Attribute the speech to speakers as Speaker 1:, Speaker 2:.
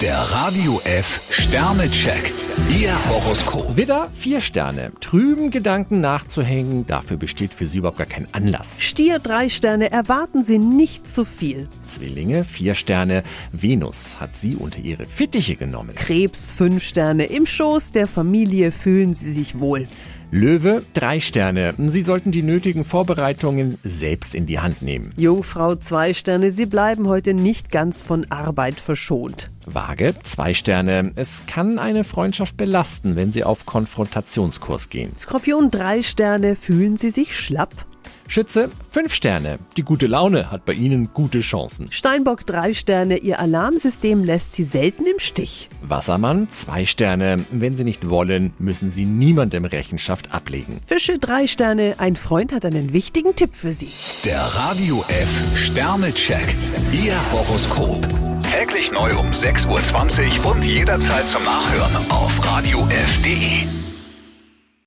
Speaker 1: Der Radio F Sternecheck. Ihr Horoskop.
Speaker 2: Widder, vier Sterne. Trüben Gedanken nachzuhängen, dafür besteht für Sie überhaupt gar kein Anlass.
Speaker 3: Stier drei Sterne, erwarten Sie nicht zu viel.
Speaker 2: Zwillinge, vier Sterne. Venus hat Sie unter ihre Fittiche genommen.
Speaker 3: Krebs fünf Sterne, im Schoß der Familie fühlen Sie sich wohl.
Speaker 2: Löwe, drei Sterne. Sie sollten die nötigen Vorbereitungen selbst in die Hand nehmen.
Speaker 3: Jungfrau zwei Sterne, Sie bleiben heute nicht ganz von Arbeit verschont.
Speaker 2: Waage, zwei Sterne. Es kann eine Freundschaft belasten, wenn Sie auf Konfrontationskurs gehen.
Speaker 3: Skorpion drei Sterne, fühlen Sie sich schlapp.
Speaker 2: Schütze, fünf Sterne. Die gute Laune hat bei Ihnen gute Chancen.
Speaker 3: Steinbock drei Sterne, Ihr Alarmsystem lässt Sie selten im Stich.
Speaker 2: Wassermann, zwei Sterne. Wenn Sie nicht wollen, müssen Sie niemandem Rechenschaft ablegen.
Speaker 3: Fische drei Sterne, ein Freund hat einen wichtigen Tipp für Sie.
Speaker 1: Der Radio F Sternecheck. Ihr Horoskop. Täglich neu um 6.20 Uhr und jederzeit zum Nachhören auf Radio radiof.de.